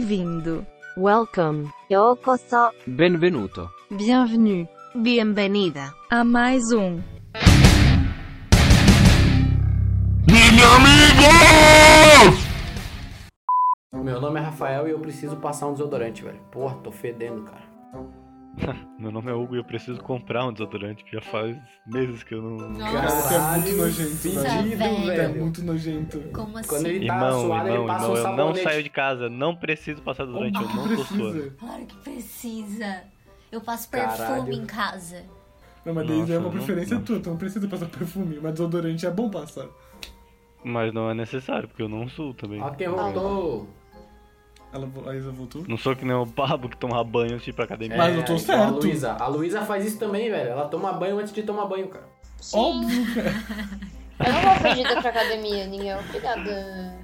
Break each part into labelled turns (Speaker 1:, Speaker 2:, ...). Speaker 1: Bem-vindo.
Speaker 2: Welcome.
Speaker 3: ようこそ、
Speaker 4: Benvenuto.
Speaker 2: Bienvenue.
Speaker 3: bienvenida,
Speaker 1: A mais um.
Speaker 5: Meu nome é Rafael e eu preciso passar um desodorante, velho. Porra, tô fedendo, cara.
Speaker 6: Meu nome é Hugo e eu preciso comprar um desodorante, que já faz meses que eu não.
Speaker 7: Nossa,
Speaker 5: Caralho,
Speaker 7: isso é muito nojento,
Speaker 5: fedido,
Speaker 7: velho. É
Speaker 5: velho.
Speaker 7: muito nojento.
Speaker 8: Como assim?
Speaker 5: Quando ele tá
Speaker 6: Irmão,
Speaker 5: suado,
Speaker 6: irmão,
Speaker 5: ele passa
Speaker 6: irmão,
Speaker 5: um
Speaker 6: eu não
Speaker 5: sabonete.
Speaker 6: saio de casa, não preciso passar desodorante, eu
Speaker 7: Óbvio
Speaker 6: não
Speaker 7: que
Speaker 6: tô suando.
Speaker 7: precisa.
Speaker 8: Claro que precisa. Eu passo
Speaker 5: Caralho.
Speaker 8: perfume em casa.
Speaker 7: Não, mas daí já é uma
Speaker 6: Nossa, não-
Speaker 7: preferência
Speaker 6: não.
Speaker 7: tua, tu não precisa passar perfume, mas desodorante é bom passar.
Speaker 6: Mas não é necessário, porque eu não suo também.
Speaker 5: Ó quem voltou.
Speaker 7: Ela, vo- a Isa voltou?
Speaker 6: Não sou que nem o babo que toma banho antes de ir pra academia.
Speaker 7: Mas eu tô
Speaker 5: então A
Speaker 7: certo.
Speaker 5: Luísa, a Luísa faz isso também, velho. Ela toma banho antes de tomar banho, cara.
Speaker 7: Óbvio, cara.
Speaker 9: Eu não vou fedida pra academia, ninguém é obrigada.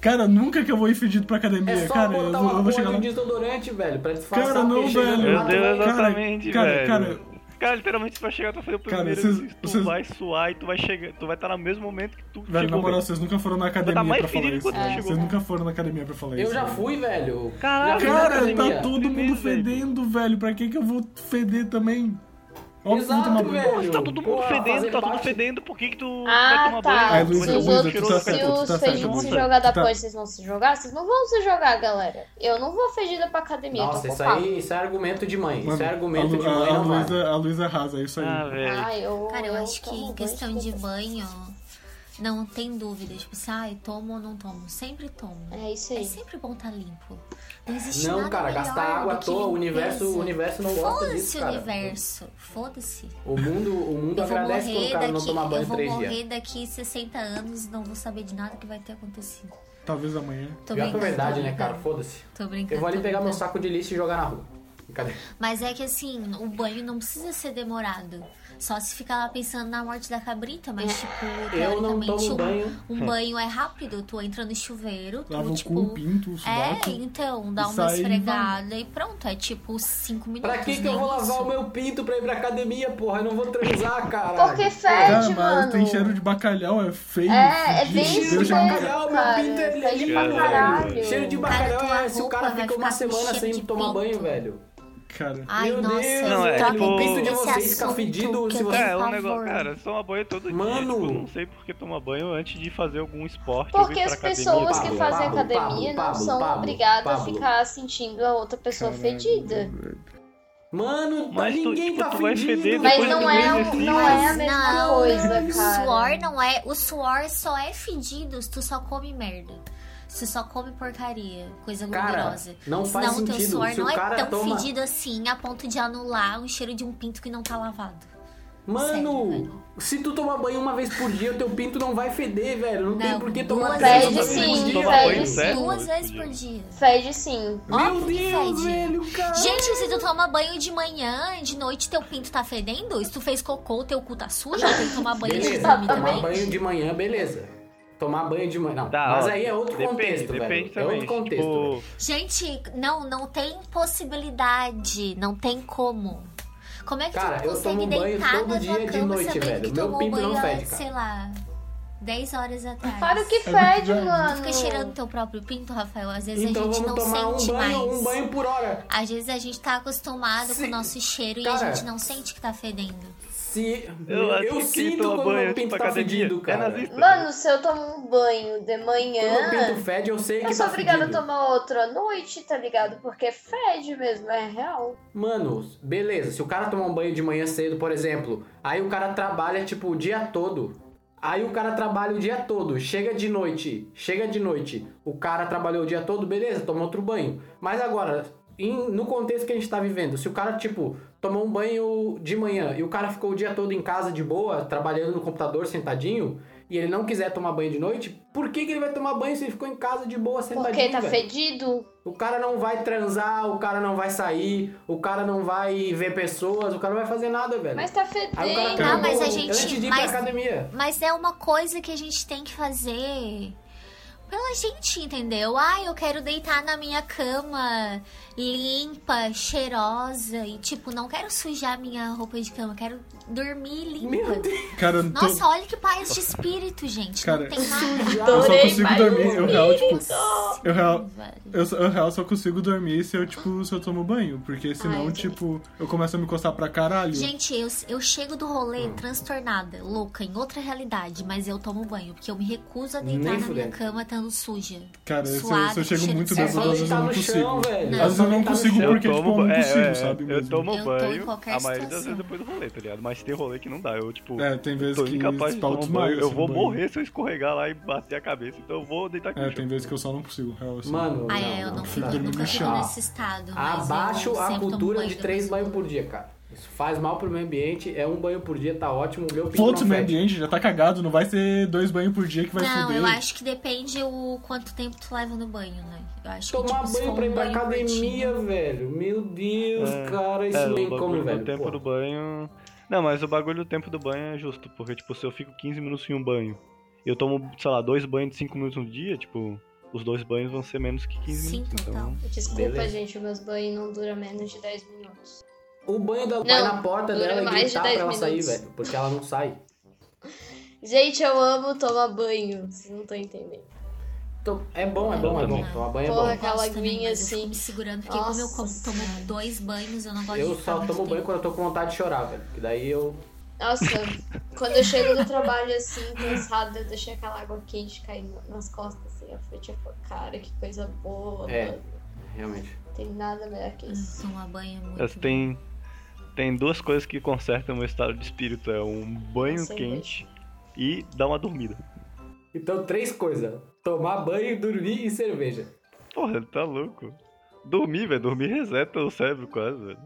Speaker 7: Cara, nunca que eu vou ir fedido pra academia,
Speaker 5: É só
Speaker 7: cara. Eu,
Speaker 5: botar
Speaker 7: vou-
Speaker 5: uma
Speaker 7: eu
Speaker 5: porra
Speaker 7: vou chegar
Speaker 5: de
Speaker 7: lá.
Speaker 5: um desodorante, velho, pra disfarçar
Speaker 7: Cara, não,
Speaker 5: porque chega no
Speaker 7: velho.
Speaker 6: Meu
Speaker 5: mato,
Speaker 6: Deus,
Speaker 7: Cara,
Speaker 6: exatamente,
Speaker 7: cara,
Speaker 6: velho.
Speaker 7: cara.
Speaker 6: Cara, literalmente tu vai chegar, tu vai fazer o
Speaker 7: Cara,
Speaker 6: primeiro
Speaker 7: vocês-
Speaker 6: exercício, tu
Speaker 7: vocês-
Speaker 6: vai suar e tu vai chegar, tu vai estar no mesmo momento que tu
Speaker 7: Velho, na
Speaker 6: chegou.
Speaker 7: moral,
Speaker 6: velho.
Speaker 7: vocês nunca foram na academia
Speaker 6: mais
Speaker 7: pra falar
Speaker 6: fedido
Speaker 7: isso.
Speaker 6: quando tu
Speaker 7: cara.
Speaker 6: chegou.
Speaker 7: Vocês nunca foram na academia pra falar
Speaker 5: Eu
Speaker 7: isso.
Speaker 5: já
Speaker 7: velho.
Speaker 5: fui, velho.
Speaker 6: Caralho,
Speaker 5: já fui na
Speaker 7: Cara,
Speaker 5: academia.
Speaker 7: tá todo
Speaker 6: Primeiro,
Speaker 7: mundo fedendo, velho. Pra que que eu vou feder também? Óbvio que eu vou tomar
Speaker 5: Exato,
Speaker 7: banho.
Speaker 5: velho.
Speaker 6: Tá todo mundo
Speaker 5: Porra,
Speaker 6: fedendo,
Speaker 5: fazer
Speaker 6: tá todo mundo
Speaker 5: parte-
Speaker 6: fedendo, por que que tu
Speaker 8: é
Speaker 6: vai
Speaker 9: Ah,
Speaker 6: tomar
Speaker 9: tá.
Speaker 7: Ai,
Speaker 6: banho?
Speaker 7: Luísa,
Speaker 9: se
Speaker 6: Mas
Speaker 9: os
Speaker 6: tu
Speaker 7: Luísa,
Speaker 9: outros,
Speaker 7: tu
Speaker 6: tirou
Speaker 7: tá
Speaker 6: essa
Speaker 9: se
Speaker 7: certo,
Speaker 6: cara.
Speaker 7: tu tá
Speaker 9: os
Speaker 7: certo,
Speaker 9: fedidos
Speaker 6: Luísa.
Speaker 9: se jogar da
Speaker 7: Tu tá-
Speaker 9: ponte, vocês vão se jogar? Vocês não vão se jogar, galera. Eu não vou fedida pra academia,
Speaker 5: Nossa,
Speaker 9: tô
Speaker 5: isso
Speaker 9: focada.
Speaker 5: aí, isso é argumento de mãe.
Speaker 7: Mano,
Speaker 5: isso é argumento
Speaker 7: a, Lu-
Speaker 5: de
Speaker 7: a,
Speaker 5: mãe,
Speaker 7: a,
Speaker 5: não vale.
Speaker 7: Luísa, a Luísa arrasa, é isso aí.
Speaker 6: Ah, velho.
Speaker 9: Ai, eu,
Speaker 8: Cara, eu acho que
Speaker 9: tomo
Speaker 8: em
Speaker 9: banho
Speaker 8: questão de
Speaker 9: todo.
Speaker 8: banho, não tem dúvida. Tipo, se ai, tomo ou não tomo. Sempre tomo.
Speaker 9: É isso
Speaker 8: É
Speaker 9: aí.
Speaker 8: sempre bom tá limpo. Não existe
Speaker 5: Não,
Speaker 8: nada
Speaker 5: cara,
Speaker 8: melhor
Speaker 5: gastar água à
Speaker 8: do que
Speaker 5: toa, o universo,
Speaker 8: limpeza.
Speaker 5: o universo não gosta disso,
Speaker 8: Foda-se o
Speaker 5: cara.
Speaker 8: universo. Foda-se.
Speaker 5: O mundo, o mundo
Speaker 8: Eu vou
Speaker 5: agradece quando o
Speaker 8: morrer
Speaker 5: cara não
Speaker 8: daqui.
Speaker 5: toma
Speaker 8: Eu
Speaker 5: banho
Speaker 8: vou
Speaker 5: três dias.
Speaker 8: morrer daqui 60 anos e não vou saber de nada que vai ter acontecido.
Speaker 7: Talvez amanhã.
Speaker 8: Tô
Speaker 5: Pior que é
Speaker 8: brincando,
Speaker 5: verdade,
Speaker 8: tô
Speaker 5: né, cara?
Speaker 8: brincando.
Speaker 5: Foda-se.
Speaker 8: Tô brincando.
Speaker 5: Eu vou ali
Speaker 8: tô
Speaker 5: pegar meu
Speaker 8: brincando.
Speaker 5: saco de lixo e jogar na rua. Cadê?
Speaker 8: Mas é que assim, o banho não precisa ser demorado. Só se ficar lá pensando na morte da cabrita, mas tipo,
Speaker 5: Eu não
Speaker 8: teoricamente
Speaker 5: tomo
Speaker 8: um,
Speaker 5: banho.
Speaker 8: um banho é rápido. Tu entra no chuveiro, tu
Speaker 7: Lava o
Speaker 8: tipo.
Speaker 7: cu, pinto, o
Speaker 8: é,
Speaker 7: sovaco.
Speaker 8: então, dá
Speaker 7: e
Speaker 8: uma
Speaker 7: sai e
Speaker 8: esfregada e pronto. É tipo cinco minutos. né?
Speaker 5: Pra que que eu
Speaker 8: nem
Speaker 5: vou lavar
Speaker 8: isso.
Speaker 5: o meu pinto pra ir pra academia, porra? Eu não vou transar, cara.
Speaker 9: Porque
Speaker 7: Cara,
Speaker 9: fede,
Speaker 7: mas
Speaker 9: mano.
Speaker 7: tem cheiro de bacalhau, é feio.
Speaker 9: É, é
Speaker 7: fedido,
Speaker 9: bem
Speaker 7: cheiro
Speaker 9: feio,
Speaker 7: de bacalhau.
Speaker 5: bacalhau, meu
Speaker 9: cara. Tá
Speaker 5: pinto é
Speaker 9: Fede
Speaker 5: lindo,
Speaker 9: pra
Speaker 5: velho.
Speaker 9: caralho.
Speaker 5: Cheiro de
Speaker 8: Cara,
Speaker 5: bacalhau
Speaker 8: tua
Speaker 5: é se o
Speaker 8: roupa
Speaker 5: cara
Speaker 8: vai
Speaker 5: fica uma
Speaker 8: ficar com
Speaker 5: semana
Speaker 8: cheiro
Speaker 5: sem
Speaker 8: de
Speaker 5: tomar
Speaker 8: pinto.
Speaker 5: banho, velho.
Speaker 7: Cara,
Speaker 8: Ai,
Speaker 5: Meu
Speaker 8: nossa,
Speaker 5: Deus,
Speaker 8: não,
Speaker 6: é,
Speaker 8: tá
Speaker 6: tipo,
Speaker 8: me
Speaker 6: o pinto de
Speaker 5: vocês fica fedido se você-
Speaker 6: É, um negócio, cara, só uma banho todo dia.
Speaker 5: Mano!
Speaker 6: Tipo, eu não sei por que tomar banho antes de fazer algum esporte. ou ir pra
Speaker 9: Porque as
Speaker 6: academia. tipo,
Speaker 9: pessoas que
Speaker 5: Pablo,
Speaker 9: fazem
Speaker 5: Pablo,
Speaker 9: academia
Speaker 5: Pablo,
Speaker 9: não
Speaker 5: Pablo,
Speaker 9: são
Speaker 5: Pablo,
Speaker 9: obrigadas a
Speaker 5: Pablo.
Speaker 9: ficar sentindo a outra pessoa
Speaker 7: Caralho.
Speaker 9: fedida.
Speaker 5: Mano, tá-
Speaker 6: Mas tu-
Speaker 5: ninguém
Speaker 6: tipo,
Speaker 5: tá
Speaker 6: tu vai
Speaker 5: fedido.
Speaker 6: feder
Speaker 9: Mas
Speaker 6: Depois
Speaker 9: não
Speaker 6: do
Speaker 9: é, o-
Speaker 7: assim,
Speaker 6: exercício.
Speaker 9: não é a
Speaker 8: Mas
Speaker 9: mesma
Speaker 8: não,
Speaker 9: coisa,
Speaker 8: O
Speaker 9: cara.
Speaker 8: suor não é. O suor só é fedido se tu só come merda. Se tu só come porcaria, coisa
Speaker 5: Cara,
Speaker 8: gordurosa.
Speaker 5: não faz
Speaker 8: Senão teu
Speaker 5: sentido.
Speaker 8: suor
Speaker 5: Se o
Speaker 8: não é
Speaker 5: cara
Speaker 8: tão
Speaker 5: toma-
Speaker 8: fedido assim a ponto de anular o cheiro de um pinto que não tá lavado.
Speaker 5: Mano,
Speaker 8: Sério, velho.
Speaker 5: se tu tomar banho uma vez por dia, o teu pinto não vai feder, velho. Não, tem
Speaker 8: Não,
Speaker 5: por que
Speaker 8: duas
Speaker 5: tomar
Speaker 8: vezes
Speaker 5: três
Speaker 9: Fede
Speaker 5: vezes por
Speaker 9: sim,
Speaker 5: dia.
Speaker 6: Tomar banho
Speaker 9: fede
Speaker 6: sério?
Speaker 9: sim.
Speaker 8: Duas
Speaker 6: Deus,
Speaker 8: vezes por
Speaker 6: fedido.
Speaker 8: dia.
Speaker 9: Fede sim.
Speaker 5: Meu
Speaker 8: Óbvio que
Speaker 5: Deus,
Speaker 8: fede.
Speaker 5: velho, cara.
Speaker 8: Gente, se tu toma banho de manhã, de noite teu pinto tá fedendo? Se tu fez cocô, teu cu tá sujo, tem que tomar banho de né?
Speaker 5: Beleza,
Speaker 8: exame
Speaker 5: tomar
Speaker 8: também?
Speaker 5: banho de manhã, beleza. Tomar banho de manhã, não.
Speaker 6: Tá,
Speaker 5: Mas
Speaker 6: ó,
Speaker 5: aí é outro
Speaker 6: depende,
Speaker 5: contexto,
Speaker 6: depende
Speaker 5: velho.
Speaker 6: também.
Speaker 5: É outro contexto.
Speaker 6: tipo,
Speaker 5: velho.
Speaker 8: Gente, não, não tem possibilidade, não tem como. Como é que
Speaker 5: Cara,
Speaker 8: tu
Speaker 5: eu
Speaker 8: não consegue
Speaker 5: tomo banho
Speaker 8: deitar
Speaker 5: todo
Speaker 8: na
Speaker 5: dia
Speaker 8: tua
Speaker 5: de
Speaker 8: cama
Speaker 5: noite,
Speaker 8: sabendo
Speaker 5: velho.
Speaker 8: que
Speaker 5: Meu
Speaker 8: tomou
Speaker 5: pinto não
Speaker 8: banho,
Speaker 5: fede, cara.
Speaker 8: sei lá, 10 horas atrás?
Speaker 9: Claro que
Speaker 7: muito
Speaker 9: fede,
Speaker 7: velho.
Speaker 9: mano.
Speaker 8: Tu fica cheirando teu próprio pinto, Rafael, às vezes
Speaker 5: Então
Speaker 8: a gente
Speaker 5: vamos
Speaker 8: não
Speaker 5: tomar um
Speaker 8: sente
Speaker 5: banho,
Speaker 8: mais.
Speaker 5: um banho por hora.
Speaker 8: Às vezes a gente tá acostumado com
Speaker 5: Se-
Speaker 8: o nosso cheiro e a
Speaker 5: Cara.
Speaker 8: gente não sente que tá fedendo.
Speaker 5: Se
Speaker 6: Eu
Speaker 5: eu,
Speaker 6: acho que quem
Speaker 5: sinto
Speaker 6: toma
Speaker 5: quando
Speaker 6: banho
Speaker 5: meu pinto
Speaker 6: pra
Speaker 5: tá
Speaker 6: academia
Speaker 5: fedido,
Speaker 6: é
Speaker 5: cara.
Speaker 6: nazista.
Speaker 9: Mano, se eu tomo um banho de
Speaker 5: Quando meu
Speaker 8: É.
Speaker 9: manhã,
Speaker 5: pinto fede, eu sei
Speaker 9: eu
Speaker 5: que
Speaker 9: sou
Speaker 5: tá
Speaker 9: obrigada a
Speaker 5: fedido.
Speaker 9: tomar outro à noite, tá ligado? Porque fede mesmo, é real.
Speaker 5: Mano, beleza, se o cara tomar um banho de manhã cedo, por exemplo, aí o cara trabalha tipo o dia todo. Aí o cara trabalha o dia todo, chega de noite, chega de noite, o cara trabalhou o dia todo, beleza, toma outro banho. Mas agora, em- no contexto que a gente tá vivendo, se o cara, tipo, tomou um banho de manhã e o cara ficou o dia todo em casa de boa, trabalhando no computador sentadinho, e ele não quiser tomar banho de noite, por que, que ele vai tomar banho se ele ficou em casa de boa sentadinho?
Speaker 9: Porque tá
Speaker 5: velho?
Speaker 9: fedido.
Speaker 5: O cara não vai transar, o cara não vai sair, o cara não vai ver pessoas, o cara não vai fazer nada, velho.
Speaker 9: Mas tá
Speaker 5: Aí o cara
Speaker 9: fedendo.
Speaker 5: toma
Speaker 8: Ah, mas a
Speaker 5: banho
Speaker 8: gente-
Speaker 5: antes de ir
Speaker 8: mas-
Speaker 5: pra academia.
Speaker 8: Mas é uma coisa que a gente tem que fazer pela gente, entendeu? Ai, eu quero deitar na minha cama limpa, cheirosa e tipo, não quero sujar minha roupa de cama, quero dormir
Speaker 5: Meu
Speaker 8: limpa.
Speaker 5: Deus.
Speaker 7: Cara, eu não tô-
Speaker 8: Nossa, olha que paz de espírito, gente.
Speaker 7: Cara,
Speaker 8: não tem nada.
Speaker 7: eu só
Speaker 9: Adorei,
Speaker 7: consigo
Speaker 9: pai,
Speaker 7: dormir. Eu real, tipo.
Speaker 8: Nossa,
Speaker 7: Eu real,
Speaker 8: velho.
Speaker 7: eu, só- eu real só consigo dormir se eu, tipo, se eu tomo banho. Porque senão,
Speaker 8: Ai,
Speaker 7: tipo, eu começo a me coçar pra caralho.
Speaker 8: Gente, eu, eu chego do rolê
Speaker 7: Hum.
Speaker 8: transtornada, louca, em outra realidade, mas eu tomo banho, porque eu me recuso a deitar
Speaker 5: Nem
Speaker 8: na minha
Speaker 5: fudendo.
Speaker 8: cama estando suja.
Speaker 7: Cara, se eu- se
Speaker 8: Suado,
Speaker 7: eu chego
Speaker 8: cheiro
Speaker 7: muito
Speaker 8: de
Speaker 5: É
Speaker 7: bêbado,
Speaker 5: só
Speaker 7: às vezes eu
Speaker 5: deitar
Speaker 7: não
Speaker 5: no chão,
Speaker 7: consigo.
Speaker 5: velho.
Speaker 8: Às
Speaker 5: É
Speaker 8: vezes
Speaker 5: só
Speaker 7: eu não
Speaker 5: deitar no
Speaker 7: consigo
Speaker 5: chão.
Speaker 7: porque, tipo, eu não
Speaker 6: ba- é,
Speaker 7: consigo, sabe,
Speaker 6: Eu
Speaker 7: mesmo.
Speaker 6: tomo
Speaker 8: Eu tomo
Speaker 6: banho
Speaker 8: qualquer
Speaker 6: a maioria das
Speaker 8: situação.
Speaker 6: vezes depois do rolê, tá ligado? Mas tem rolê que não dá. Eu, tipo,
Speaker 7: É, tem vezes
Speaker 6: tô
Speaker 7: que
Speaker 6: incapaz de
Speaker 7: pau
Speaker 6: tomar
Speaker 7: desmaia,
Speaker 6: banho. Eu
Speaker 7: assim,
Speaker 6: vou
Speaker 7: no banho.
Speaker 6: morrer se eu escorregar lá e bater a cabeça. Então eu vou deitar aqui
Speaker 7: É,
Speaker 6: no chão.
Speaker 7: tem vezes que eu só não consigo, real. Assim.
Speaker 5: Mano,
Speaker 8: Ah, é, eu não fico,
Speaker 5: dá,
Speaker 7: Dormir
Speaker 8: nunca
Speaker 7: no
Speaker 8: fico
Speaker 7: chão.
Speaker 8: nesse estado. mas
Speaker 5: Abaixo
Speaker 8: eu
Speaker 5: a
Speaker 8: sempre tomo
Speaker 5: cultura
Speaker 8: banho
Speaker 5: de
Speaker 8: depois
Speaker 5: três
Speaker 8: do
Speaker 5: banhos
Speaker 8: rolê.
Speaker 5: por dia, cara. Isso faz mal pro meio ambiente, é um banho por dia, tá ótimo. O meu pinto
Speaker 7: Foda-se o
Speaker 5: não
Speaker 7: meio
Speaker 5: fede.
Speaker 7: ambiente, já tá cagado, não vai ser dois banhos por dia que vai
Speaker 8: Não,
Speaker 7: foder.
Speaker 8: eu acho que depende o quanto tempo tu leva no banho, né? Eu acho
Speaker 5: Tomar
Speaker 8: que, tipo, se
Speaker 5: banho
Speaker 8: for
Speaker 5: pra ir
Speaker 8: um
Speaker 5: pra
Speaker 8: banho
Speaker 5: academia,
Speaker 8: curtinho-
Speaker 5: velho. Meu Deus,
Speaker 6: É,
Speaker 5: cara, isso
Speaker 6: É,
Speaker 5: não
Speaker 6: o
Speaker 5: tem
Speaker 6: bagulho
Speaker 5: como,
Speaker 6: do
Speaker 5: velho.
Speaker 6: tempo
Speaker 5: pô.
Speaker 6: do banho. Não, mas o bagulho do tempo do banho é justo, porque, tipo, se eu fico 15 minutos em um banho, eu tomo, sei lá, dois banhos de 5 minutos no dia, tipo, os dois banhos vão ser menos que 15
Speaker 8: Sim,
Speaker 6: minutos.
Speaker 8: total.
Speaker 6: Então,
Speaker 9: Desculpa,
Speaker 5: Beleza.
Speaker 9: gente, meus banhos não duram menos de 10 minutos.
Speaker 5: O banho da vai na porta
Speaker 9: dura
Speaker 5: dela e
Speaker 9: mais de
Speaker 5: gritar pra
Speaker 9: 10
Speaker 5: ela sair,
Speaker 9: minutos.
Speaker 5: velho. Porque ela não sai.
Speaker 9: Gente, eu amo tomar banho. Vocês não estão entendendo.
Speaker 5: Então, é bom, é bom, é bom.
Speaker 8: Também.
Speaker 5: Tomar banho é
Speaker 9: Porra,
Speaker 5: bom.
Speaker 8: Eu gosto
Speaker 9: Aquela
Speaker 8: também,
Speaker 9: aguinha,
Speaker 8: mas eu fico
Speaker 9: assim.
Speaker 8: me segurando, porque como eu
Speaker 9: Nossa
Speaker 8: como- tomo
Speaker 9: Senhora.
Speaker 8: dois banhos, eu não gosto
Speaker 5: Eu
Speaker 8: de ficar
Speaker 5: só
Speaker 8: muito
Speaker 5: tomo banho
Speaker 8: tempo.
Speaker 5: quando eu tô com vontade de chorar, velho. Que daí eu.
Speaker 9: Nossa, quando eu chego do trabalho assim, cansada, eu deixo aquela água quente cair na- nas costas, assim, eu fico tipo, cara, que coisa boa,
Speaker 5: É.
Speaker 9: mano.
Speaker 5: Realmente.
Speaker 9: Não tem nada melhor que isso.
Speaker 8: Hum, Tomar banho é muito
Speaker 6: Mas tem, tem duas coisas que consertam o meu estado de espírito: é um banho
Speaker 9: Sem
Speaker 6: quente e dar uma dormida.
Speaker 5: Então, três coisas: tomar banho, dormir e cerveja.
Speaker 6: Porra, tá louco. Dormir, velho. Dormir reseta o cérebro quase, velho.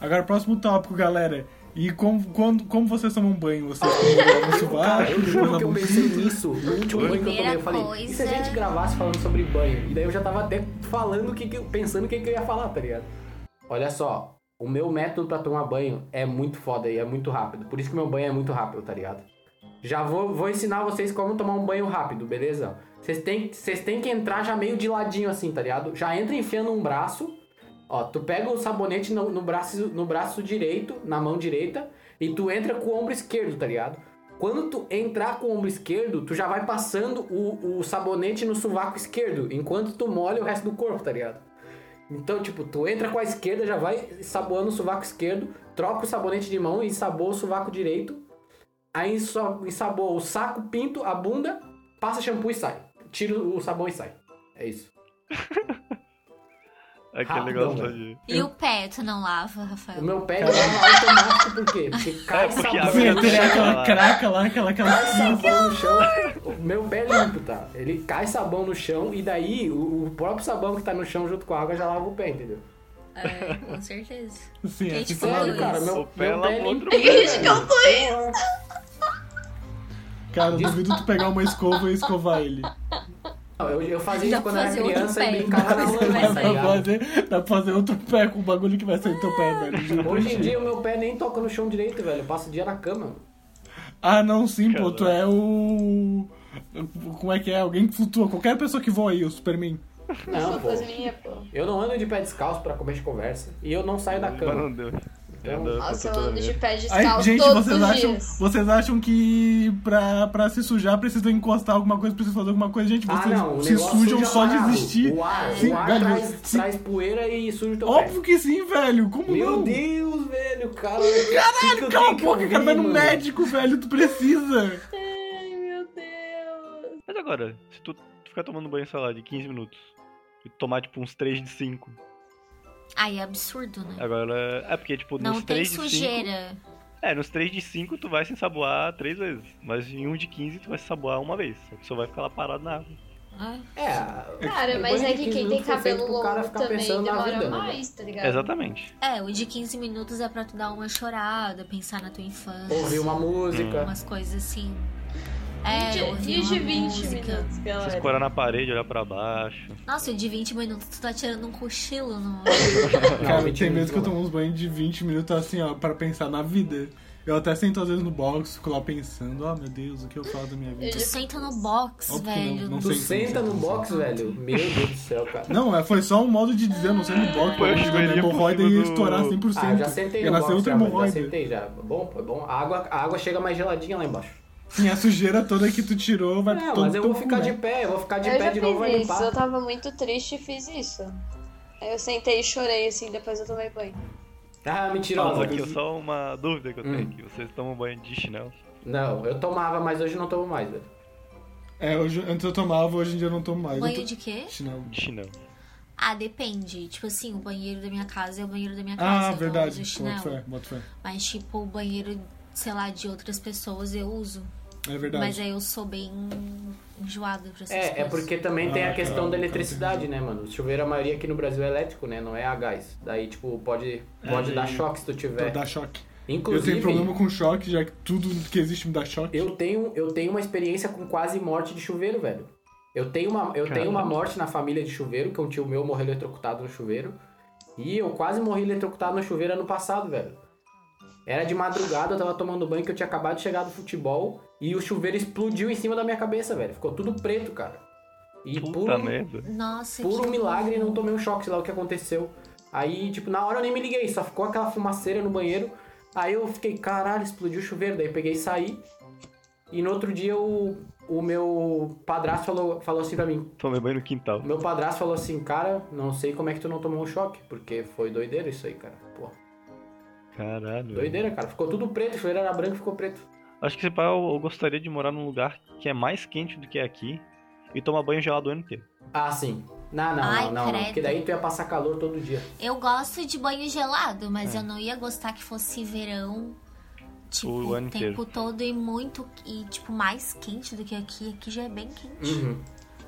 Speaker 7: Agora, próximo tópico, galera. E como, quando, como vocês tomam banho? Vocês
Speaker 5: Ah,
Speaker 7: tomam no
Speaker 5: Cara,
Speaker 7: sovaco,
Speaker 5: eu juro
Speaker 7: depois
Speaker 5: que eu
Speaker 7: na
Speaker 5: pensei
Speaker 7: bunda?
Speaker 5: nisso no último banho que eu tomei. Eu falei, e se a
Speaker 8: Primeira
Speaker 5: gente gravasse falando sobre banho? E daí eu já tava até falando, o que que, eu- pensando o que, que eu ia falar, tá ligado? Olha só, o meu método pra tomar banho é muito foda e é muito rápido. Por isso que meu banho é muito rápido, tá ligado? Já vou, vou ensinar vocês como tomar um banho rápido, beleza? Vocês têm, vocês têm que entrar já meio de ladinho assim, tá ligado? Já entra enfiando um braço. Ó, tu pega o sabonete no, no braço, no braço direito, na mão direita, e tu entra com o ombro esquerdo, tá ligado? Quando tu entrar com o ombro esquerdo, tu já vai passando o, o sabonete no sovaco esquerdo, enquanto tu molha o resto do corpo, tá ligado? Então, tipo, tu entra com a esquerda, já vai saboando o sovaco esquerdo, troca o sabonete de mão e saboa o sovaco direito. Aí só ensaboa o saco, pinto, a bunda, passa shampoo e sai. Tira o sabão e sai. É isso.
Speaker 6: É Aquele
Speaker 5: Rapidão,
Speaker 6: negócio
Speaker 5: velho.
Speaker 6: de.
Speaker 8: E o pé, tu não lava,
Speaker 5: O
Speaker 8: Rafael?
Speaker 5: meu pé é automático por quê? Porque cai
Speaker 6: É, porque
Speaker 5: sabão.
Speaker 6: a
Speaker 7: Sim, eu tenho
Speaker 6: Chega
Speaker 7: aquela
Speaker 6: lá.
Speaker 7: craca lá, aquela,
Speaker 5: cai
Speaker 7: aquela...
Speaker 5: sabão no chão. O meu pé é limpo, tá? Ele cai sabão no chão e daí o, o próprio sabão que tá no chão junto com a água já lava o pé, entendeu?
Speaker 8: É, com certeza.
Speaker 7: Sim,
Speaker 8: Quem
Speaker 7: é
Speaker 8: te
Speaker 7: assim que
Speaker 8: falou
Speaker 7: eu
Speaker 5: Sério,
Speaker 8: isso?
Speaker 7: lavo.
Speaker 5: cara, meu,
Speaker 6: O pé
Speaker 5: meu pé é
Speaker 6: lava
Speaker 5: limpo.
Speaker 6: outro pé, Gente,
Speaker 5: velho.
Speaker 9: eu tô isso.
Speaker 5: Porra.
Speaker 7: Cara, eu duvido tu pegar uma escova e escovar ele.
Speaker 5: Não, Eu, eu fazia
Speaker 8: Dá
Speaker 5: isso quando eu
Speaker 8: pra
Speaker 5: era
Speaker 8: fazer outro
Speaker 5: criança
Speaker 8: pé,
Speaker 5: e brincava na
Speaker 8: depois
Speaker 7: Dá
Speaker 8: vai
Speaker 5: lama, tá
Speaker 7: pra,
Speaker 5: ligado?
Speaker 7: fazer, dá pra fazer outro pé com o bagulho que vai sair do teu pé, velho. juro pra
Speaker 5: Hoje em
Speaker 7: ti.
Speaker 5: dia o meu pé nem toca no chão direito, velho. Eu passo o dia na cama.
Speaker 7: Ah, não, sim, pô,
Speaker 6: Caralho.
Speaker 7: tu é o. Como é que é? Alguém que flutua, qualquer pessoa que voa aí, o Superman.
Speaker 5: Não, pô.
Speaker 9: coisa minha, pô.
Speaker 5: Eu não ando de pé descalço pra comer de conversa. E eu não saio da
Speaker 6: Mas não
Speaker 5: cama.
Speaker 6: deu.
Speaker 5: Então,
Speaker 6: Eu dou-
Speaker 9: Nossa,
Speaker 6: eu
Speaker 9: eu
Speaker 6: tô
Speaker 9: ando de
Speaker 6: vendo.
Speaker 9: pé descalço
Speaker 7: Aí, gente,
Speaker 9: todos
Speaker 7: vocês
Speaker 9: os
Speaker 7: acham,
Speaker 9: dias.
Speaker 7: vocês acham que pra, pra se sujar precisa encostar alguma coisa, precisa fazer alguma coisa? Gente,
Speaker 5: Ah,
Speaker 7: vocês
Speaker 5: não, o
Speaker 7: se
Speaker 5: negócio
Speaker 7: sujam
Speaker 5: suja
Speaker 7: só de
Speaker 5: amarrado.
Speaker 7: existir.
Speaker 5: O ar,
Speaker 7: Sim,
Speaker 5: o ar
Speaker 7: velho,
Speaker 5: traz,
Speaker 7: sim.
Speaker 5: traz poeira e suja o teu pé.
Speaker 7: Óbvio que sim, velho. Como
Speaker 5: Então, é. Meu
Speaker 7: não?
Speaker 5: Deus, velho, cara. Caralho,
Speaker 7: Cala a boca, cara, vai no médico, velho. Tu precisa.
Speaker 9: Ai, meu Deus.
Speaker 6: Mas agora, se tu ficar tomando banho, sei lá, de 15 minutos e tomar, tipo, uns 3 de 5.
Speaker 8: Aí é absurdo, né?
Speaker 6: Agora, é porque, tipo,
Speaker 8: Não
Speaker 6: nos
Speaker 8: tem
Speaker 6: 3 de 5.
Speaker 8: sujeira.
Speaker 6: É, nos 3 de 5 tu vai se ensaboar 3 vezes. Mas em 1 de 15 tu vai se ensaboar uma vez. Só que só vai ficar lá parado na água.
Speaker 8: Ah,
Speaker 5: É,
Speaker 9: Cara,
Speaker 5: o
Speaker 9: mas
Speaker 5: banho
Speaker 9: é
Speaker 5: de 15
Speaker 9: que quem tem
Speaker 5: minutos foi feito
Speaker 9: cabelo
Speaker 5: pro cara
Speaker 9: longo
Speaker 5: ficar
Speaker 9: também
Speaker 5: pensando na
Speaker 9: demora
Speaker 5: vida, né,
Speaker 9: mais, tá ligado?
Speaker 6: Exatamente.
Speaker 8: É, o de 15 minutos é pra tu dar uma chorada, pensar na tua infância.
Speaker 5: Ouvir uma música.
Speaker 8: Umas coisas assim. É,
Speaker 9: Gente,
Speaker 8: ouvir
Speaker 9: e os Um de
Speaker 8: uma
Speaker 9: 20
Speaker 8: música.
Speaker 9: minutos,
Speaker 6: Se
Speaker 9: galera?
Speaker 6: escorar na parede, olhar pra baixo.
Speaker 8: Nossa, o de 20 minutos tu tá tirando um cochilo no.
Speaker 5: Não,
Speaker 7: Cara,
Speaker 5: mentira,
Speaker 7: tem vezes que eu
Speaker 5: não.
Speaker 7: tomo uns banhos de 20 minutos assim, ó, pra pensar na vida. Eu até sento às vezes no box, fico lá pensando, ah meu Deus, o que eu faço da minha
Speaker 9: Eu
Speaker 7: vida?
Speaker 8: Tu
Speaker 9: já
Speaker 8: senta
Speaker 9: fiz
Speaker 8: no
Speaker 9: isso.
Speaker 8: box,
Speaker 7: Óbvio que
Speaker 8: velho.
Speaker 7: não
Speaker 5: Tu
Speaker 7: sei,
Speaker 5: senta
Speaker 7: não
Speaker 5: no
Speaker 7: sei.
Speaker 5: box, velho. Meu Deus do céu, cara.
Speaker 7: Não, é, foi só um modo de dizer, eu não sei no box,
Speaker 6: Pô,
Speaker 7: porque
Speaker 6: eu
Speaker 7: a
Speaker 6: jogaria por
Speaker 7: hemorroida
Speaker 6: cima
Speaker 7: ia
Speaker 6: do-
Speaker 7: estourar 100%.
Speaker 5: Ah, eu já sentei
Speaker 7: ia
Speaker 5: no
Speaker 7: nascer
Speaker 5: box,
Speaker 7: outra
Speaker 5: já, mas já
Speaker 7: hemorroida.
Speaker 5: sentei já. Bom, foi bom. A água, a água chega mais geladinha lá embaixo.
Speaker 7: Sim, a sujeira toda que tu tirou vai pro
Speaker 5: É,
Speaker 7: todo
Speaker 5: mas eu
Speaker 7: teu
Speaker 5: vou
Speaker 7: cu,
Speaker 5: ficar
Speaker 7: né?
Speaker 5: de pé, eu vou ficar de
Speaker 9: eu
Speaker 5: pé
Speaker 9: já
Speaker 5: de novo, vai
Speaker 9: fiz isso,
Speaker 5: limpar.
Speaker 9: eu tava muito triste e fiz isso. Aí eu sentei e chorei, assim, depois eu tomei banho.
Speaker 5: Ah,
Speaker 6: Não,
Speaker 5: mentirosa.
Speaker 6: aqui é só uma dúvida que eu tenho
Speaker 5: Hum.
Speaker 6: aqui. Vocês tomam banho de chinelo?
Speaker 5: Não, eu tomava, mas hoje não tomo mais, velho.
Speaker 7: É, hoje, antes eu tomava, hoje em dia eu não tomo mais. eu
Speaker 8: Banho
Speaker 7: tô-
Speaker 8: de quê?
Speaker 7: Chinelo.
Speaker 6: De chinelo.
Speaker 8: Ah, depende. Tipo assim, o banheiro da minha casa é o banheiro da minha casa.
Speaker 7: Ah,
Speaker 8: eu não
Speaker 7: verdade.
Speaker 8: uso
Speaker 7: Bota
Speaker 8: chinelo.
Speaker 7: fé, bota fé. É
Speaker 8: Mas tipo, o banheiro, sei lá, de outras pessoas eu uso.
Speaker 7: É verdade.
Speaker 8: Mas aí eu sou bem enjoada pra essas
Speaker 5: É, é
Speaker 8: coisas.
Speaker 5: porque também tem
Speaker 7: Ah,
Speaker 5: a questão
Speaker 7: cara,
Speaker 5: da
Speaker 7: cara,
Speaker 5: eletricidade, né, mano? O chuveiro, a maioria aqui no Brasil é elétrico, né? Não é a gás. Daí, tipo, pode, pode
Speaker 7: É,
Speaker 5: dar
Speaker 7: e-
Speaker 5: choque se tu
Speaker 7: Então
Speaker 5: tiver.
Speaker 7: Dá choque. eu
Speaker 5: Inclusive,
Speaker 7: tenho problema com choque, já que tudo que existe me dá choque.
Speaker 5: Eu tenho, eu tenho uma experiência com quase morte de chuveiro, velho. Eu tenho uma, eu tenho
Speaker 6: Caralho.
Speaker 5: uma morte na família de chuveiro, que um tio meu morreu eletrocutado no chuveiro. E eu quase morri eletrocutado no chuveiro ano passado, velho. Era de madrugada, eu tava tomando banho, que eu tinha acabado de chegar do futebol. E o chuveiro explodiu em cima da minha cabeça, velho. Ficou tudo preto, cara. E
Speaker 6: Puta
Speaker 5: puro,
Speaker 6: merda.
Speaker 8: Nossa,
Speaker 5: puro
Speaker 8: que
Speaker 5: milagre, não tomei um choque, sei lá o que aconteceu. Aí, tipo, na hora eu nem me liguei, só ficou aquela fumaceira no banheiro. Aí eu fiquei, caralho, explodiu o chuveiro. Daí peguei e saí. E no outro dia o, o meu padrasto falou, falou assim pra mim.
Speaker 6: Tomei banho no quintal.
Speaker 5: O meu padrasto falou assim, cara, não sei como é que tu não tomou um choque, porque foi doideira isso aí, cara. Pô,
Speaker 7: É.
Speaker 6: Caralho. velho.
Speaker 5: doideira, cara. Ficou tudo preto, o chuveiro era branco, ficou preto.
Speaker 6: Acho que se pá, eu, eu gostaria de morar num lugar que é mais quente do que aqui e tomar banho gelado o ano inteiro.
Speaker 5: Ah, sim. Não, não,
Speaker 8: Ai,
Speaker 5: não, não, não.
Speaker 8: credo.
Speaker 5: Porque daí tu ia passar calor todo dia.
Speaker 8: Eu gosto de banho gelado,
Speaker 6: É.
Speaker 8: mas eu não ia gostar que fosse verão. Tipo,
Speaker 6: O
Speaker 8: o
Speaker 6: ano
Speaker 8: tempo
Speaker 6: inteiro.
Speaker 8: todo e muito. E, tipo, mais quente do que aqui. Aqui já é bem quente.
Speaker 5: Uhum.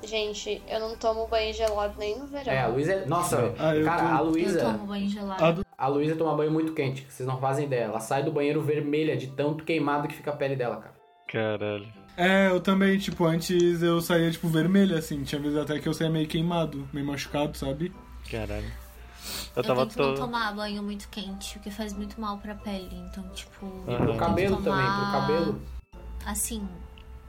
Speaker 9: Gente, eu não tomo banho gelado nem no verão.
Speaker 5: É, a Luísa é. Nossa, velho.
Speaker 7: Ah, eu
Speaker 5: cara,
Speaker 7: tô-
Speaker 5: a Luísa.
Speaker 8: Eu tomo banho gelado.
Speaker 7: Ah, do-
Speaker 5: A Luísa toma banho muito quente, que vocês não fazem ideia. Ela sai do banheiro vermelha de tanto queimado que fica a pele dela, cara.
Speaker 6: Caralho.
Speaker 7: É, eu também, tipo, antes eu saía, tipo, vermelho, assim. Tinha vezes até que eu saía meio queimado, meio machucado, sabe?
Speaker 6: Caralho. Eu
Speaker 8: Eu,
Speaker 6: tava
Speaker 8: tento não
Speaker 6: to-
Speaker 8: tomar banho muito quente, porque faz muito mal pra pele. Então, tipo,
Speaker 6: Ah.
Speaker 5: Pro
Speaker 6: Uhum.
Speaker 5: cabelo
Speaker 8: Tem que
Speaker 5: também, pro
Speaker 8: tomar-
Speaker 5: cabelo.
Speaker 8: assim,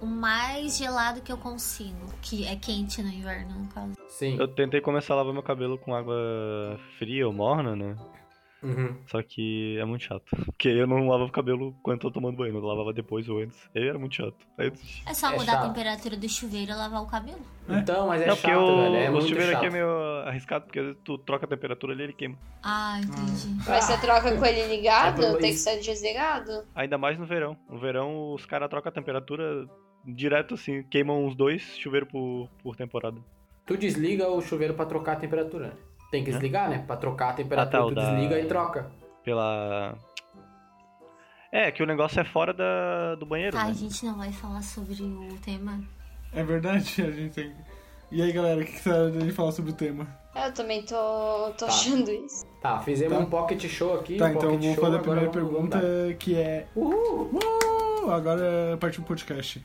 Speaker 8: o mais gelado que eu consigo. Que é quente no inverno, no caso.
Speaker 5: Sim.
Speaker 6: Eu tentei começar a lavar meu cabelo com água fria ou morna, né?
Speaker 5: Uhum.
Speaker 6: Só que é muito chato. Porque eu não lavava o cabelo quando eu tô tomando banho, eu lavava depois ou antes. Aí era muito chato. Aí eu desisti.
Speaker 8: É só
Speaker 5: É
Speaker 8: mudar
Speaker 5: chato.
Speaker 8: a temperatura do chuveiro e lavar o cabelo.
Speaker 5: Então, mas é
Speaker 6: não, porque
Speaker 5: chato,
Speaker 6: o,
Speaker 5: velho. É
Speaker 6: o
Speaker 5: muito
Speaker 6: chuveiro
Speaker 5: chato.
Speaker 6: aqui é meio arriscado, porque às vezes tu troca a temperatura ali ele queima.
Speaker 5: Hum.
Speaker 8: Ah, entendi.
Speaker 9: Mas você troca com ele ligado?
Speaker 5: É por
Speaker 9: tem que
Speaker 5: isso.
Speaker 9: ser desligado?
Speaker 6: Ainda mais no verão. No verão os caras trocam a temperatura direto assim, queimam uns dois chuveiros por, por temporada.
Speaker 5: Tu desliga o chuveiro pra trocar a temperatura. né? Tem que desligar, né? Pra trocar a temperatura,
Speaker 6: É? Ah, tá,
Speaker 5: tu
Speaker 6: o da-
Speaker 5: desliga e troca.
Speaker 6: Pela. É, que o negócio é fora da, do banheiro.
Speaker 8: Tá,
Speaker 6: né?
Speaker 8: a gente não vai falar sobre o tema.
Speaker 7: É verdade, a gente tem... E aí, galera, o que, que você acha de falar sobre o tema?
Speaker 9: Eu também tô,
Speaker 5: Tá.
Speaker 9: tô achando isso.
Speaker 5: Tá, fizemos
Speaker 7: Tá.
Speaker 5: um pocket show aqui.
Speaker 7: tá,
Speaker 5: um
Speaker 7: então eu
Speaker 5: pocket
Speaker 7: vou
Speaker 5: show,
Speaker 7: fazer a
Speaker 5: agora
Speaker 7: primeira
Speaker 5: vamos- vamos
Speaker 7: pergunta, que é...
Speaker 5: dar. Uhul!
Speaker 7: Uh, agora partiu o podcast.